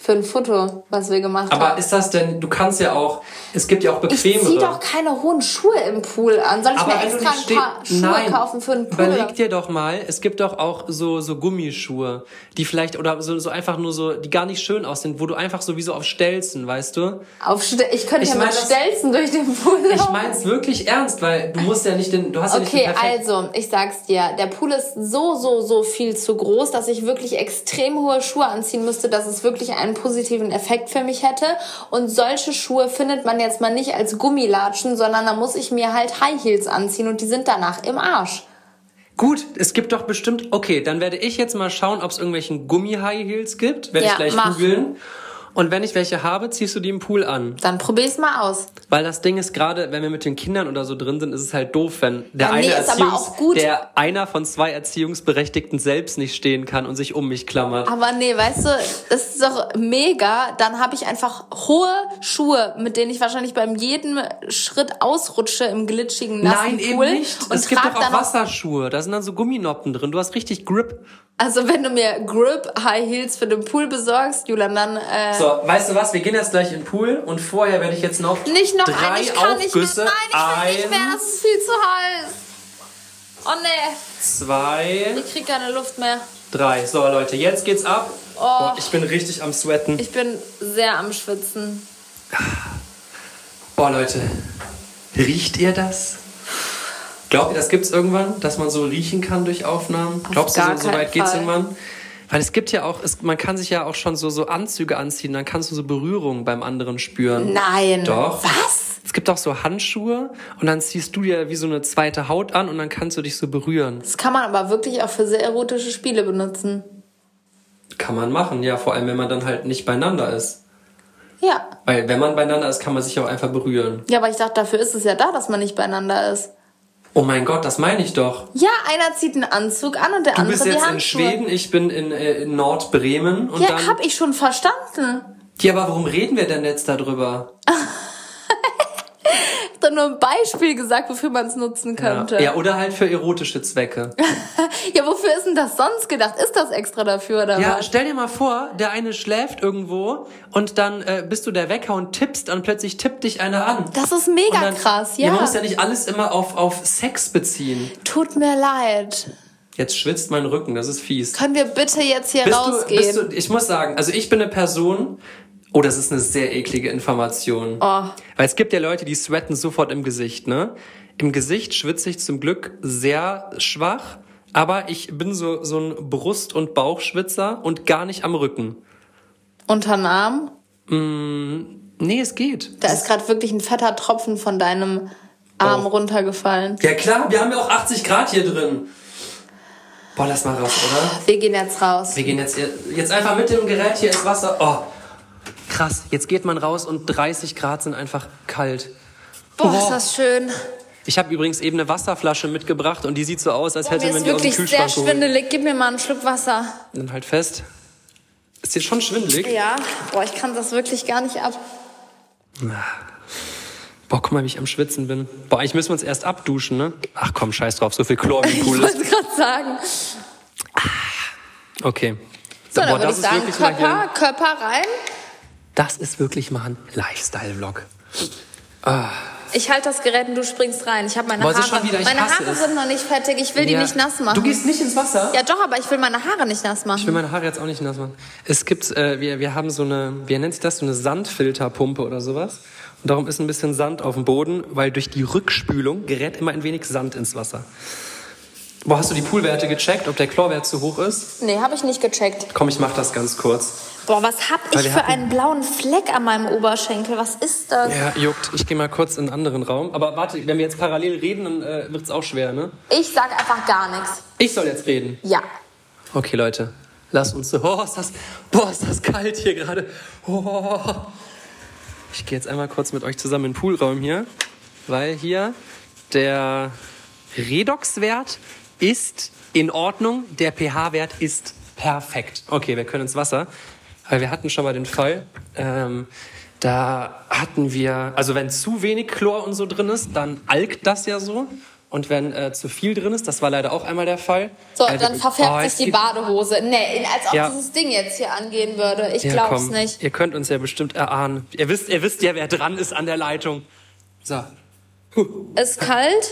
S1: Für ein Foto, was wir gemacht haben.
S2: Aber ist das denn, du kannst ja auch, es gibt ja auch
S1: Ich zieh doch
S2: bequemere.
S1: keine hohen Schuhe im Pool an. Soll ich
S2: Aber
S1: mir
S2: wenn du
S1: extra
S2: nicht
S1: ein
S2: stehst,
S1: paar Schuhe
S2: nein,
S1: kaufen für einen Pool?
S2: überleg dir doch mal, es gibt doch auch so, so Gummischuhe, die vielleicht, oder so, so einfach nur so, die gar nicht schön aussehen, wo du einfach sowieso auf Stelzen, weißt du?
S1: Auf Ste- ich könnte
S2: Ich
S1: ja
S2: mein,
S1: mit
S2: das-
S1: Stelzen durch den Pool
S2: Ich
S1: laufen.
S2: mein's wirklich ernst, weil du musst ja nicht den, du hast ja nicht den
S1: Okay,
S2: perfekten
S1: also, ich sag's dir, der Pool ist so, so, so viel zu groß, dass ich wirklich extrem hohe Schuhe anziehen müsste, dass es wirklich einen positiven Effekt für mich hätte. Und solche Schuhe findet man jetzt mal nicht als Gummilatschen, sondern da muss ich mir halt High Heels anziehen und die sind danach im Arsch.
S2: Gut, es gibt doch bestimmt. Okay, dann werde ich jetzt mal schauen, ob es irgendwelchen Gummi-High Heels gibt. Werde
S1: Ja,
S2: ich gleich
S1: mach.
S2: googeln. Und wenn ich welche habe, ziehst du die im Pool an.
S1: Dann probier's mal aus.
S2: Weil das Ding ist gerade, wenn wir mit den Kindern oder so drin sind, ist es halt doof, wenn der
S1: Ja,
S2: eine
S1: nee, ist aber auch gut.
S2: der einer von zwei Erziehungsberechtigten selbst nicht stehen kann und sich um mich klammert.
S1: Aber nee, weißt du, das ist doch mega. Dann habe ich einfach hohe Schuhe, mit denen ich wahrscheinlich beim jedem Schritt ausrutsche im glitschigen, nassen
S2: Nein, eben
S1: Pool.
S2: nicht.
S1: Und
S2: es gibt
S1: trag
S2: doch auch
S1: dann noch
S2: Wasserschuhe. Da sind dann so Gumminoppen drin. Du hast richtig Grip.
S1: Also wenn du mir Grip High Heels für den Pool besorgst, Julian, dann äh,
S2: So, weißt du was? Wir gehen jetzt gleich in den Pool und vorher werde ich jetzt noch
S1: nicht noch
S2: drei
S1: ein, ich kann
S2: Aufgüsse.
S1: nicht mehr. Nein, ich will nicht mehr, das ist viel zu heiß. Oh nee,
S2: Eins, zwei.
S1: ich krieg keine Luft mehr.
S2: Drei. So, Leute, jetzt geht's ab. Oh. ich bin richtig am Sweaten.
S1: Ich bin sehr am Schwitzen.
S2: Boah, Leute. Riecht ihr das? Glaubt ihr, das gibt's irgendwann, dass man so riechen kann durch Aufnahmen? Glaubst du,
S1: gar
S2: so, so
S1: keinen
S2: weit geht's
S1: Fall.
S2: irgendwann? Weil es gibt ja auch, es, man kann sich ja auch schon so, so Anzüge anziehen, dann kannst du so Berührungen beim anderen spüren.
S1: Nein.
S2: Doch.
S1: Was?
S2: Es gibt auch so Handschuhe und dann ziehst du dir wie so eine zweite Haut an und dann kannst du dich so berühren.
S1: Das kann man aber wirklich auch für sehr erotische Spiele benutzen.
S2: Kann man machen, ja, vor allem wenn man dann halt nicht beieinander ist.
S1: Ja.
S2: Weil wenn man beieinander ist, kann man sich auch einfach berühren.
S1: Ja, aber ich dachte, dafür ist es ja da, dass man nicht beieinander ist.
S2: Oh mein Gott, das meine ich doch.
S1: Ja, einer zieht einen Anzug an und der
S2: Du
S1: andere
S2: bist
S1: die
S2: jetzt in
S1: Handschuhe.
S2: Schweden, ich bin in, äh, in Nordbremen und
S1: Ja,
S2: dann.
S1: hab ich schon verstanden.
S2: Ja, aber warum reden wir denn jetzt darüber?
S1: Ich hab doch nur ein Beispiel gesagt, wofür man es nutzen
S2: Ja.
S1: könnte.
S2: ja, oder halt für erotische Zwecke.
S1: Ja, wofür ist denn das sonst gedacht? Ist das extra dafür oder
S2: Ja,
S1: was?
S2: stell dir mal vor, der eine schläft irgendwo und dann äh, bist du der Wecker und tippst und plötzlich tippt dich einer an.
S1: Das ist
S2: Und
S1: mega
S2: dann,
S1: krass, ja.
S2: Man muss ja nicht alles immer auf, auf Sex beziehen.
S1: Tut mir leid.
S2: Jetzt schwitzt mein Rücken, das ist fies.
S1: Können wir bitte jetzt hier
S2: Bist du,
S1: rausgehen?
S2: bist du, ich muss sagen, also ich bin eine Person, oh, das ist eine sehr eklige Information.
S1: Oh.
S2: Weil es gibt ja Leute, die sweaten sofort im Gesicht, ne? Im Gesicht schwitze ich zum Glück sehr schwach, aber ich bin so, so ein Brust- und Bauchschwitzer und gar nicht am Rücken.
S1: Unterm Arm?
S2: Nee, es geht.
S1: Da ist gerade wirklich ein fetter Tropfen von deinem Arm
S2: Oh.
S1: runtergefallen.
S2: Ja klar, wir haben ja auch 80 Grad hier drin. Boah, lass mal raus, oder?
S1: Wir gehen jetzt raus.
S2: Wir gehen jetzt, jetzt einfach mit dem Gerät hier ins Wasser. Oh, krass. Jetzt geht man raus und 30 Grad sind einfach kalt.
S1: Boah,
S2: Wow.
S1: ist das schön.
S2: Ich habe übrigens eben eine Wasserflasche mitgebracht und die sieht so aus, als
S1: Boah, mir
S2: hätte
S1: ist
S2: man die aus dem
S1: wirklich sehr
S2: Kühlschrank geholt.
S1: schwindelig. Gib mir mal einen Schluck Wasser.
S2: Dann halt fest. Ist jetzt schon schwindelig.
S1: Ja, boah, ich kann das wirklich gar nicht ab.
S2: Boah, guck mal, wie ich am Schwitzen bin. Boah, eigentlich müssen wir uns erst abduschen, ne? Ach komm, scheiß drauf, so viel Chlor wie im
S1: Ich
S2: Pool ist.
S1: wollte gerade sagen.
S2: Okay.
S1: So, dann
S2: Boah,
S1: würde ich
S2: das ist
S1: sagen,
S2: wirklich mal hier.
S1: Körper, Körper rein.
S2: Das ist wirklich mal ein Lifestyle-Vlog.
S1: Ich halte das Gerät und du springst rein. Ich habe meine
S2: Boah, es
S1: Haare.
S2: ist schon wieder, ich
S1: meine
S2: hasse
S1: Haare
S2: es.
S1: sind noch nicht fertig. Ich will die
S2: Ja.
S1: nicht nass machen.
S2: Du gehst nicht ins Wasser?
S1: ja, doch, aber ich will meine Haare nicht nass
S2: Ich
S1: machen.
S2: will meine Haare jetzt auch nicht nass machen. Es gibt, äh, wir, wir haben so eine, wie nennt sich das, so eine Sandfilterpumpe oder sowas. Und darum ist ein bisschen Sand auf dem Boden, weil durch die Rückspülung gerät immer ein wenig Sand ins Wasser. Boah, hast du die Poolwerte gecheckt, ob der Chlorwert zu hoch ist?
S1: Nee, habe ich nicht gecheckt.
S2: Komm, ich mach das ganz kurz.
S1: Boah, was hab ich
S2: wir
S1: für
S2: hatten-
S1: einen blauen Fleck an meinem Oberschenkel? Was ist das?
S2: Ja, juckt. Ich gehe mal kurz in einen anderen Raum. Aber warte, wenn wir jetzt parallel reden, dann äh, wird's auch schwer, ne?
S1: Ich sag einfach gar nichts.
S2: Ich soll jetzt reden.
S1: Ja.
S2: Okay, Leute, lasst uns so. Oh, ist das, boah, ist das kalt hier gerade. Oh. Ich gehe jetzt einmal kurz mit euch zusammen in den Poolraum hier, weil hier der Redoxwert ist in Ordnung, der pH-Wert ist perfekt. Okay, wir können ins Wasser, weil wir hatten schon mal den Fall. Ähm, da hatten wir, also wenn zu wenig Chlor und so drin ist, dann algt das ja so. Und wenn äh, zu viel drin ist, das war leider auch einmal der Fall.
S1: So,
S2: Alter,
S1: dann verfärbt
S2: oh,
S1: sich
S2: jetzt
S1: die
S2: geht-
S1: Badehose. Nee, als ob
S2: Ja.
S1: dieses Ding jetzt hier angehen würde. Ich
S2: Ja,
S1: glaub's
S2: komm,
S1: nicht.
S2: Ihr könnt uns ja bestimmt erahnen. Ihr wisst, ihr wisst ja, wer dran ist an der Leitung. So.
S1: Ist kalt.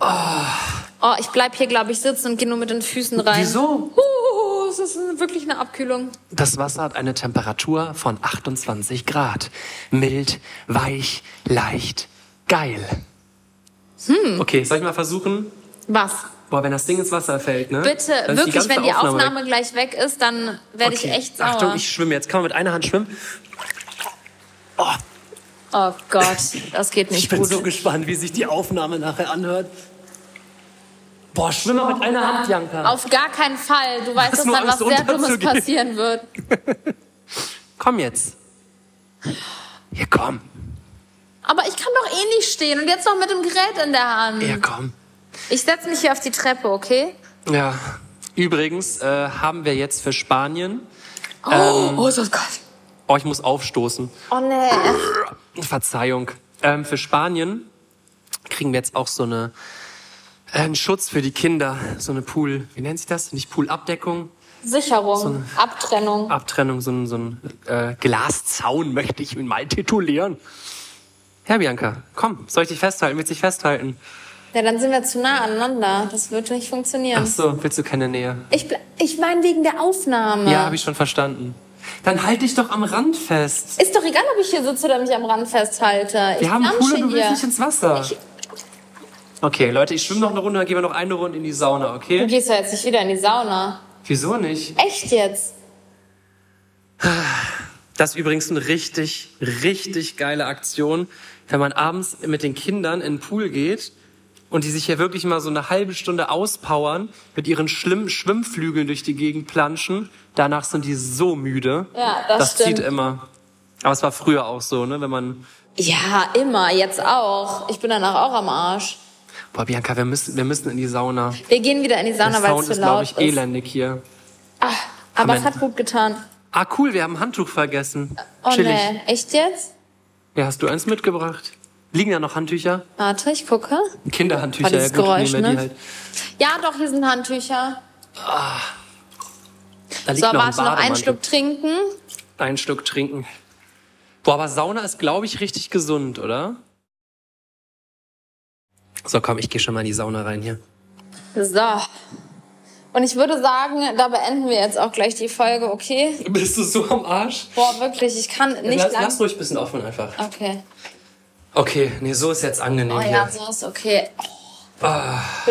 S1: Oh, ich bleib hier, glaube ich, sitzen und gehe nur mit den Füßen rein.
S2: Wieso?
S1: Uh, es ist ein- wirklich eine Abkühlung.
S2: Das Wasser hat eine Temperatur von 28 Grad. Mild, weich, leicht, geil. Hm. Okay, soll ich mal versuchen?
S1: Was?
S2: Boah, wenn das Ding ins Wasser fällt, ne?
S1: Bitte,
S2: Dann ist
S1: wirklich,
S2: ganze
S1: wenn die Aufnahme,
S2: weg.
S1: gleich weg ist, dann werde ich echt sauer.
S2: Achtung, ich schwimme jetzt. Kann man mit einer Hand schwimmen? Oh,
S1: oh Gott, das geht nicht
S2: ich bin
S1: gut.
S2: so gespannt, wie sich die Aufnahme nachher anhört. Boah, schwimme mit einer Hand, Janka.
S1: Auf gar keinen Fall. Du weißt,
S2: Was
S1: dass
S2: nur
S1: dann was
S2: alles
S1: sehr Dummes
S2: unterzugehen.
S1: passieren wird.
S2: Komm jetzt. Hier, komm.
S1: Aber ich kann doch eh nicht stehen und jetzt noch mit dem Gerät in der Hand.
S2: Hier, komm.
S1: Ich setze mich hier auf die Treppe, okay?
S2: Ja. Übrigens äh, haben wir jetzt für Spanien.
S1: Oh,
S2: Ähm.
S1: oh so Gott.
S2: Oh, ich muss aufstoßen.
S1: Oh nee.
S2: Verzeihung. Ähm, für Spanien kriegen wir jetzt auch so eine äh, einen Schutz für die Kinder, so eine Pool. Wie nennt sich das? Nicht Poolabdeckung,
S1: Sicherung, Abtrennung.
S2: Abtrennung, so ein, so ein äh, Glaszaun möchte ich ihn mal titulieren. Ja, Bianca, komm, soll ich dich festhalten? Willst du dich festhalten?
S1: Ja, dann sind wir zu nah aneinander. Das wird nicht funktionieren.
S2: Ach so, willst du keine Nähe?
S1: Ich, ble- ich meine wegen der Aufnahme.
S2: Ja, habe ich schon verstanden. Dann halt dich doch am Rand fest.
S1: Ist doch egal, ob ich hier sitze oder mich am Rand festhalte. Ich
S2: Wir haben einen
S1: knamsche
S2: Pool und du
S1: hier.
S2: willst nicht ins Wasser. Okay, Leute, ich schwimme noch eine Runde, dann gehen wir noch eine Runde in die Sauna,
S1: Du
S2: okay?
S1: gehst ja jetzt nicht wieder in die Sauna.
S2: Wieso nicht?
S1: Echt jetzt?
S2: Das ist übrigens eine richtig, richtig geile Aktion, wenn man abends mit den Kindern in den Pool geht und die sich hier wirklich mal so eine halbe Stunde auspowern, mit ihren schlimmen Schwimmflügeln durch die Gegend planschen. Danach sind die so müde.
S1: Ja, das stimmt.
S2: zieht immer. Aber es war früher auch so, ne? Wenn man.
S1: Ja, immer, jetzt auch. Ich bin danach auch am Arsch.
S2: Boah, Bianca, wir müssen, wir müssen in die Sauna.
S1: Wir gehen wieder in die
S2: Der
S1: Sauna, weil es
S2: Sound
S1: zu
S2: ist, glaube
S1: laut
S2: ich,
S1: ist.
S2: elendig hier.
S1: Ah, aber es
S2: Amen.
S1: hat gut getan.
S2: Ah, cool, wir haben ein Handtuch vergessen.
S1: Oh
S2: Chillig.
S1: nee, echt jetzt?
S2: Ja, hast du eins mitgebracht? Liegen da noch Handtücher?
S1: Warte, ich gucke.
S2: Kinderhandtücher,
S1: War dieses Geräusch,
S2: nehmen wir
S1: ne? Ja, doch, hier sind Handtücher.
S2: halt. Da liegt
S1: So,
S2: noch ein
S1: warte, noch einen
S2: Bademantel.
S1: Schluck trinken.
S2: Einen Schluck trinken. Boah, aber Sauna ist, glaube ich, richtig gesund, oder? So, komm, ich gehe schon mal in die Sauna rein hier.
S1: So. Und ich würde sagen, da beenden wir jetzt auch gleich die Folge, okay?
S2: Bist du so am Arsch?
S1: Boah, wirklich, ich kann nicht
S2: lass,
S1: lang.
S2: lass ruhig ein bisschen offen einfach.
S1: Okay.
S2: Okay, nee, so ist jetzt angenehm
S1: Oh
S2: hier.
S1: ja, so ist okay. Würde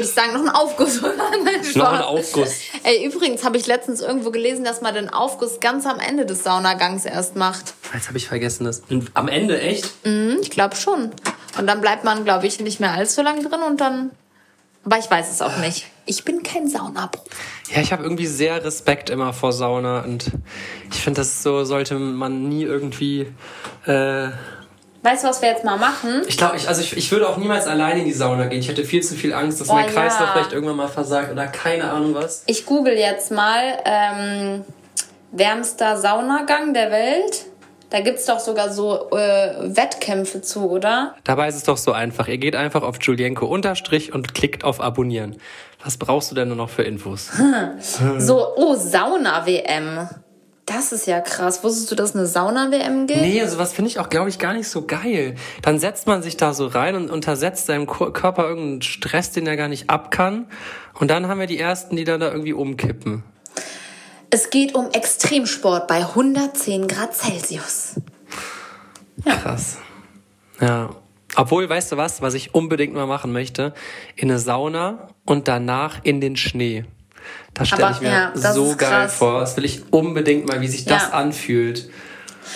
S1: ich sagen, noch ein Aufguss. Nein, Spaß.
S2: Ah. Noch ein Aufguss.
S1: Ey, übrigens habe ich letztens irgendwo gelesen, dass man den Aufguss ganz am Ende des Saunagangs erst macht.
S2: Jetzt habe ich vergessen das. Und am Ende, echt?
S1: Hm, ich glaube schon. Und dann bleibt man, glaube ich, nicht mehr allzu lang drin und dann. Aber ich weiß es
S2: Ah.
S1: auch nicht. Ich bin kein Saunaprofi.
S2: Ja, ich habe irgendwie sehr Respekt immer vor Sauna und ich finde, das so sollte man nie irgendwie. Äh,
S1: Weißt du, was wir jetzt mal machen?
S2: ich glaube, ich, also ich, ich würde auch niemals alleine in die Sauna gehen. Ich hätte viel zu viel Angst, dass
S1: Oh,
S2: mein Kreislauf
S1: ja.
S2: vielleicht irgendwann mal versagt oder keine Ahnung was.
S1: Ich google jetzt mal ähm, wärmster Saunagang der Welt. Da gibt's doch sogar so äh, Wettkämpfe zu, oder?
S2: Dabei ist es doch so einfach. Ihr geht einfach auf Julienko unterstrich und klickt auf Abonnieren. Was brauchst du denn nur noch für Infos? Hm.
S1: So, oh, Sauna-WM. Das ist ja krass. Wusstest du, dass eine Sauna-WM geht?
S2: Nee, sowas finde ich auch, glaube ich, gar nicht so geil. Dann setzt man sich da so rein und untersetzt seinem Ko- Körper irgendeinen Stress, den er gar nicht ab kann. Und dann haben wir die Ersten, die dann da irgendwie umkippen.
S1: Es geht um Extremsport bei 110 Grad Celsius.
S2: Krass. Ja. Obwohl, weißt du was, was ich unbedingt mal machen möchte? In eine Sauna und danach in den Schnee. Das stelle
S1: Aber,
S2: ich mir
S1: ja, das
S2: so
S1: ist
S2: geil
S1: krass.
S2: vor. Das will ich unbedingt mal, wie sich das
S1: Ja.
S2: anfühlt.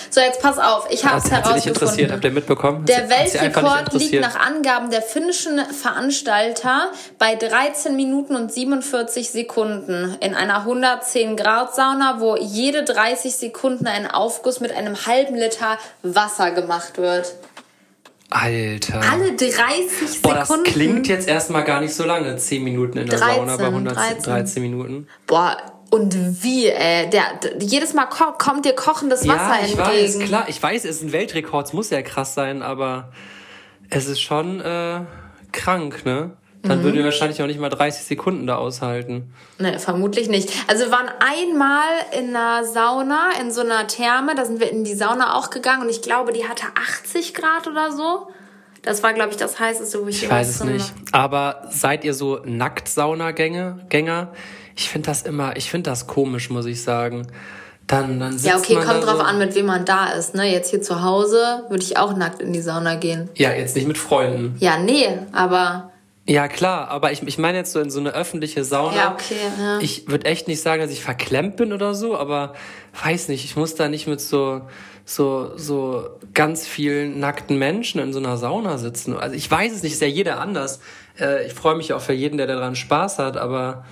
S1: So, jetzt pass auf. Ich habe
S2: Das
S1: es
S2: hat sie nicht interessiert, habt
S1: herausgefunden.
S2: ihr mitbekommen?
S1: Der
S2: Hat sie einfach nicht
S1: Weltrekord liegt
S2: interessiert.
S1: nach Angaben der finnischen Veranstalter bei 13 Minuten und 47 Sekunden in einer 110 Grad Sauna, wo jede 30 Sekunden ein Aufguss mit einem halben Liter Wasser gemacht wird.
S2: Alter.
S1: Alle 30 Sekunden.
S2: Boah, das klingt jetzt erstmal gar nicht so lange. 10 Minuten in der
S1: 13,
S2: Sauna bei 113
S1: 13
S2: Minuten.
S1: Boah, und wie, ey. Der, d- jedes Mal ko kommt dir kochendes Wasser
S2: ja, ich weiß,
S1: entgegen.
S2: klar. Ich weiß, es ist ein Weltrekord, es muss ja krass sein, aber es ist schon äh, krank, ne? dann würden
S1: Mhm.
S2: wir wahrscheinlich auch nicht mal 30 Sekunden da aushalten.
S1: Ne, vermutlich nicht. Also wir waren einmal in einer Sauna, in so einer Therme, da sind wir in die Sauna auch gegangen und ich glaube, die hatte 80 Grad oder so. Das war, glaube ich, das heißeste, wo ich
S2: Ich
S1: jemals
S2: weiß es
S1: drin
S2: nicht.
S1: war.
S2: Aber seid ihr so Nacktsaunagänge, Gänger? Ich finde das immer, ich finde das komisch, muss ich sagen. Dann, dann sitzt
S1: Ja, okay,
S2: man
S1: kommt
S2: da
S1: drauf
S2: so,
S1: an, mit wem man da ist. Ne? Jetzt hier zu Hause würde ich auch nackt in die Sauna gehen.
S2: Ja, jetzt nicht mit Freunden.
S1: Ja, nee, aber
S2: Ja, klar, aber ich, ich meine jetzt so in so eine öffentliche Sauna.
S1: Ja, okay, ja.
S2: Ich würde echt nicht sagen, dass ich verklemmt bin oder so, aber weiß nicht, ich muss da nicht mit so, so, so ganz vielen nackten Menschen in so einer Sauna sitzen. Also ich weiß es nicht, ist ja jeder anders. Äh, ich freue mich auch für jeden, der daran Spaß hat, aber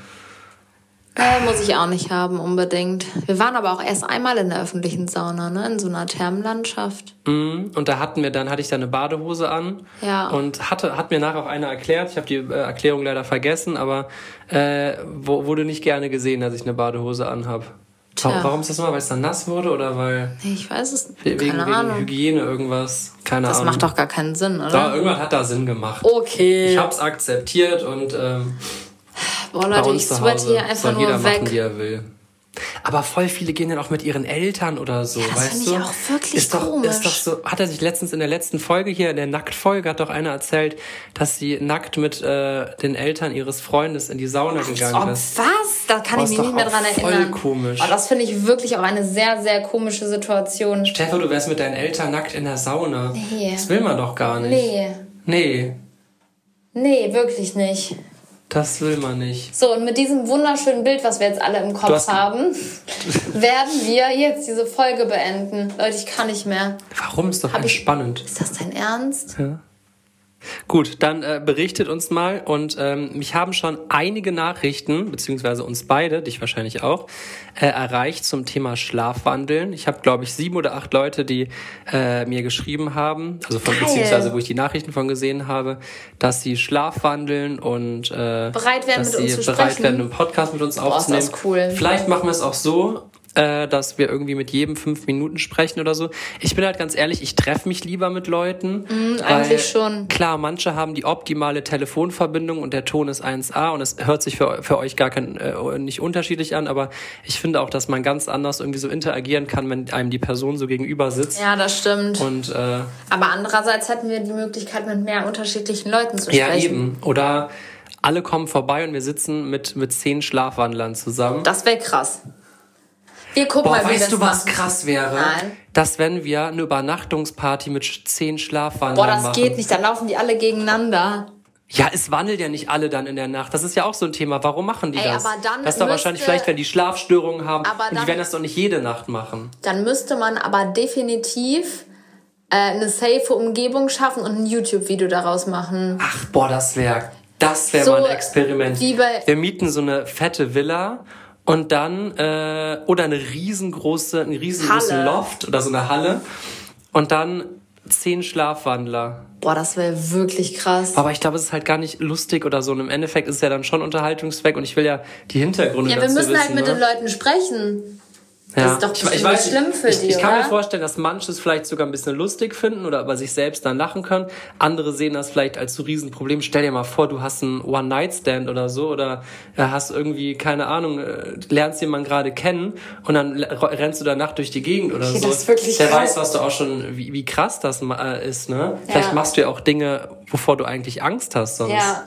S1: äh, muss ich auch nicht haben unbedingt. Wir waren aber auch erst einmal in der öffentlichen Sauna, ne? in so einer Thermenlandschaft.
S2: Mhm. Und da hatten wir dann, hatte ich da eine Badehose an
S1: Ja.
S2: und hatte, hat mir nachher auch einer erklärt, ich habe die äh, Erklärung leider vergessen, aber äh, wo, wurde nicht gerne gesehen, dass ich eine Badehose anhab. Wa-
S1: Tja.
S2: Warum ist das mal? Weil es dann nass wurde oder weil
S1: Nee, Ich weiß es nicht.
S2: we-
S1: Keine
S2: wegen, wegen
S1: Ahnung.
S2: Hygiene irgendwas? Keine
S1: Das
S2: Ahnung.
S1: macht doch gar keinen Sinn,
S2: Doch,
S1: oder?
S2: irgendwas hat da Sinn gemacht.
S1: Okay.
S2: Ich hab's akzeptiert und ähm,
S1: Boah,
S2: bei
S1: Leute,
S2: uns
S1: ich
S2: zu
S1: sweat
S2: Hause
S1: hier einfach
S2: soll jeder
S1: nur
S2: machen, wie
S1: weg.
S2: er will. Aber voll viele gehen dann auch mit ihren Eltern oder so,
S1: das
S2: weißt
S1: find
S2: du?
S1: ich auch wirklich
S2: ist doch,
S1: komisch.
S2: Ist doch so, hat er sich letztens in der letzten Folge hier, in der Nacktfolge, hat doch einer erzählt, dass sie nackt mit äh, den Eltern ihres Freundes in die Sauna
S1: Oh,
S2: gegangen ist.
S1: was? Da kann ich
S2: Boah, ist
S1: mich
S2: doch
S1: nicht mehr
S2: auch
S1: dran
S2: voll
S1: erinnern.
S2: komisch.
S1: Oh, das finde ich wirklich auch eine sehr, sehr komische Situation.
S2: Steffi, du wärst mit deinen Eltern nackt in der Sauna.
S1: Nee.
S2: Das will man doch gar nicht.
S1: Nee.
S2: Nee,
S1: Nee, wirklich nicht.
S2: das will man nicht.
S1: So, und mit diesem wunderschönen Bild, was wir jetzt alle im Kopf
S2: hast-
S1: haben, werden wir jetzt diese Folge beenden. Leute, ich kann nicht mehr.
S2: Warum? Ist doch
S1: Hab ich-
S2: entspannend.
S1: Ist das dein Ernst?
S2: Gut, dann äh, berichtet uns mal und ähm, mich haben schon einige Nachrichten, beziehungsweise uns beide, dich wahrscheinlich auch, äh, erreicht zum Thema Schlafwandeln. Ich habe, glaube ich, sieben oder acht Leute, die äh, mir geschrieben haben, also von,
S1: Geil.
S2: beziehungsweise wo ich die Nachrichten von gesehen habe, dass sie schlafwandeln und äh,
S1: Bereit werden,
S2: dass
S1: mit uns
S2: sie
S1: zu
S2: bereit
S1: sprechen.
S2: werden, einen Podcast mit uns
S1: ist das
S2: aufzunehmen.
S1: cool.
S2: Vielleicht machen wir es auch so, äh, dass wir irgendwie mit jedem fünf Minuten sprechen oder so. Ich bin halt ganz ehrlich, ich treffe mich lieber mit Leuten.
S1: Mhm, eigentlich schon.
S2: Klar, manche haben die optimale Telefonverbindung und der Ton ist 1A und es hört sich für, für euch gar kein, äh, nicht unterschiedlich an, aber ich finde auch, dass man ganz anders irgendwie so interagieren kann, wenn einem die Person so gegenüber sitzt.
S1: Ja, das stimmt.
S2: Und äh,
S1: Aber andererseits hätten wir die Möglichkeit, mit mehr unterschiedlichen Leuten zu
S2: ja,
S1: sprechen.
S2: eben. Oder alle kommen vorbei und wir sitzen mit, mit zehn Schlafwandlern zusammen.
S1: Das wäre krass. Wir gucken
S2: Boah,
S1: mal, wie wir
S2: weißt
S1: das
S2: du, was
S1: machen.
S2: krass wäre?
S1: Nein.
S2: Dass wenn wir eine Übernachtungsparty mit sch- zehn Schlafwandlern
S1: Boah, das
S2: machen.
S1: geht nicht. Dann laufen die alle gegeneinander.
S2: Ja, es wandelt ja nicht alle dann in der Nacht. Das ist ja auch so ein Thema. Warum machen die
S1: Ey,
S2: das?
S1: aber dann
S2: das ist doch
S1: müsste-
S2: wahrscheinlich vielleicht, wenn die Schlafstörungen haben.
S1: Aber
S2: und
S1: dann-
S2: die werden das doch nicht jede Nacht machen.
S1: Dann müsste man aber definitiv äh, eine safe Umgebung schaffen und ein YouTube-Video daraus machen.
S2: Ach, boah, das wäre das wäre
S1: So
S2: mal ein Experiment.
S1: wie bei-
S2: Wir mieten so eine fette Villa und dann äh, oder eine riesengroße, einen riesengroßen
S1: Halle.
S2: Loft oder so eine Halle und dann zehn Schlafwandler.
S1: Boah, das wäre wirklich krass.
S2: Aber ich glaube, es ist halt gar nicht lustig oder so. Und im Endeffekt ist es ja dann schon Unterhaltungszweck und ich will ja die Hintergründe
S1: Ja, wir
S2: dazu
S1: müssen
S2: wissen,
S1: halt mit
S2: ne?
S1: den Leuten sprechen. Das ist doch
S2: Ich- ich
S1: bestimmt
S2: weiß
S1: schlimm
S2: nicht.
S1: für
S2: ich,
S1: die,
S2: Ich kann
S1: oder?
S2: mir vorstellen, dass manche es vielleicht sogar ein bisschen lustig finden oder über sich selbst dann lachen können. Andere sehen das vielleicht als so Riesenproblem. Stell dir mal vor, du hast einen One-Night-Stand oder so oder äh, hast irgendwie, keine Ahnung, äh, lernst jemanden gerade kennen und dann le- ro- rennst du danach durch die Gegend oder
S1: Okay,
S2: so.
S1: das ist wirklich
S2: Wer
S1: krass.
S2: weiß, was du auch schon, wie, wie krass das ma- äh, ist, ne? Vielleicht machst du ja auch Dinge, wovor du eigentlich Angst hast sonst.
S1: Ja.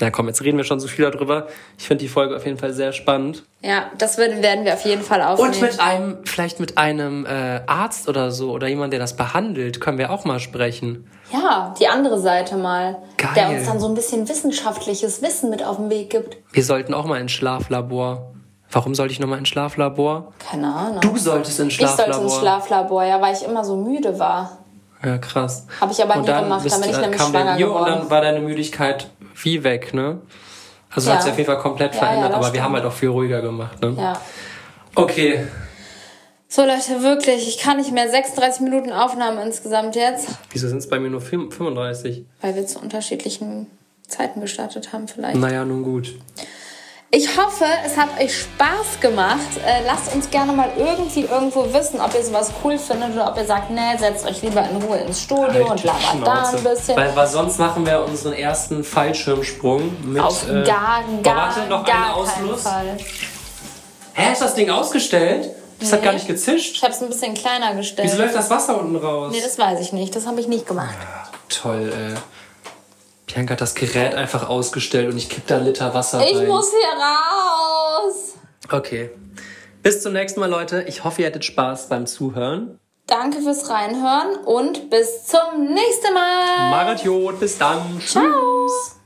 S2: Na komm, jetzt reden wir schon so viel darüber. Ich finde die Folge auf jeden Fall sehr spannend.
S1: Ja, das werden werden wir auf jeden Fall aufnehmen.
S2: Und mit einem, vielleicht mit einem äh, Arzt oder so oder jemand, der das behandelt, können wir auch mal sprechen.
S1: ja, die andere Seite mal.
S2: Geil.
S1: Der uns dann so ein bisschen wissenschaftliches Wissen mit auf den Weg gibt.
S2: Wir sollten auch mal ins Schlaflabor. Warum sollte ich nochmal ins Schlaflabor?
S1: Keine Ahnung.
S2: Du solltest ins
S1: ich
S2: Schlaflabor.
S1: sollte ins Schlaflabor, ja, weil ich immer so müde war.
S2: Ja, krass.
S1: Hab ich aber
S2: und
S1: nie
S2: dann
S1: gemacht,
S2: bist,
S1: dann bin ich
S2: äh,
S1: nämlich
S2: kam der
S1: schwanger
S2: Bio Und
S1: geworden.
S2: dann war deine Müdigkeit wie weg, ne? Also
S1: Ja.
S2: hat sich auf jeden Fall komplett
S1: Ja, ja,
S2: verändert,
S1: das
S2: aber wir
S1: stimmt.
S2: haben halt auch viel ruhiger gemacht, ne?
S1: Ja.
S2: Okay,
S1: So Leute, wirklich, ich kann nicht mehr 36 Minuten Aufnahmen insgesamt jetzt,
S2: wieso sind es bei mir nur 35?
S1: weil wir zu unterschiedlichen Zeiten gestartet haben vielleicht.
S2: Naja, nun gut.
S1: Ich hoffe, es hat euch Spaß gemacht. Äh, lasst uns gerne mal irgendwie irgendwo wissen, ob ihr sowas cool findet oder ob ihr sagt, nee, setzt euch lieber in Ruhe ins Studio
S2: Halt
S1: und
S2: die
S1: labert da ein
S2: Schnauze.
S1: bisschen.
S2: Weil, weil sonst machen wir unseren ersten Fallschirmsprung mit.
S1: Auf gar,
S2: oh,
S1: gar,
S2: warte, noch einen
S1: gar keinen
S2: Ausfluss.
S1: Fall.
S2: Hä, ist das Ding ausgestellt? Das hat
S1: Nee.
S2: gar nicht gezischt.
S1: Ich habe es ein bisschen kleiner gestellt.
S2: Wieso läuft das Wasser unten raus?
S1: Nee, das weiß ich nicht. Das habe ich nicht gemacht.
S2: Toll, ey. Bianca hat das Gerät einfach ausgestellt und ich kipp da einen Liter Wasser rein.
S1: Ich muss hier raus.
S2: Okay. Bis zum nächsten Mal, Leute. Ich hoffe, ihr hattet Spaß beim Zuhören.
S1: Danke fürs Reinhören und bis zum nächsten Mal.
S2: Margot, Jod, bis dann. Tschüss.
S1: Ciao.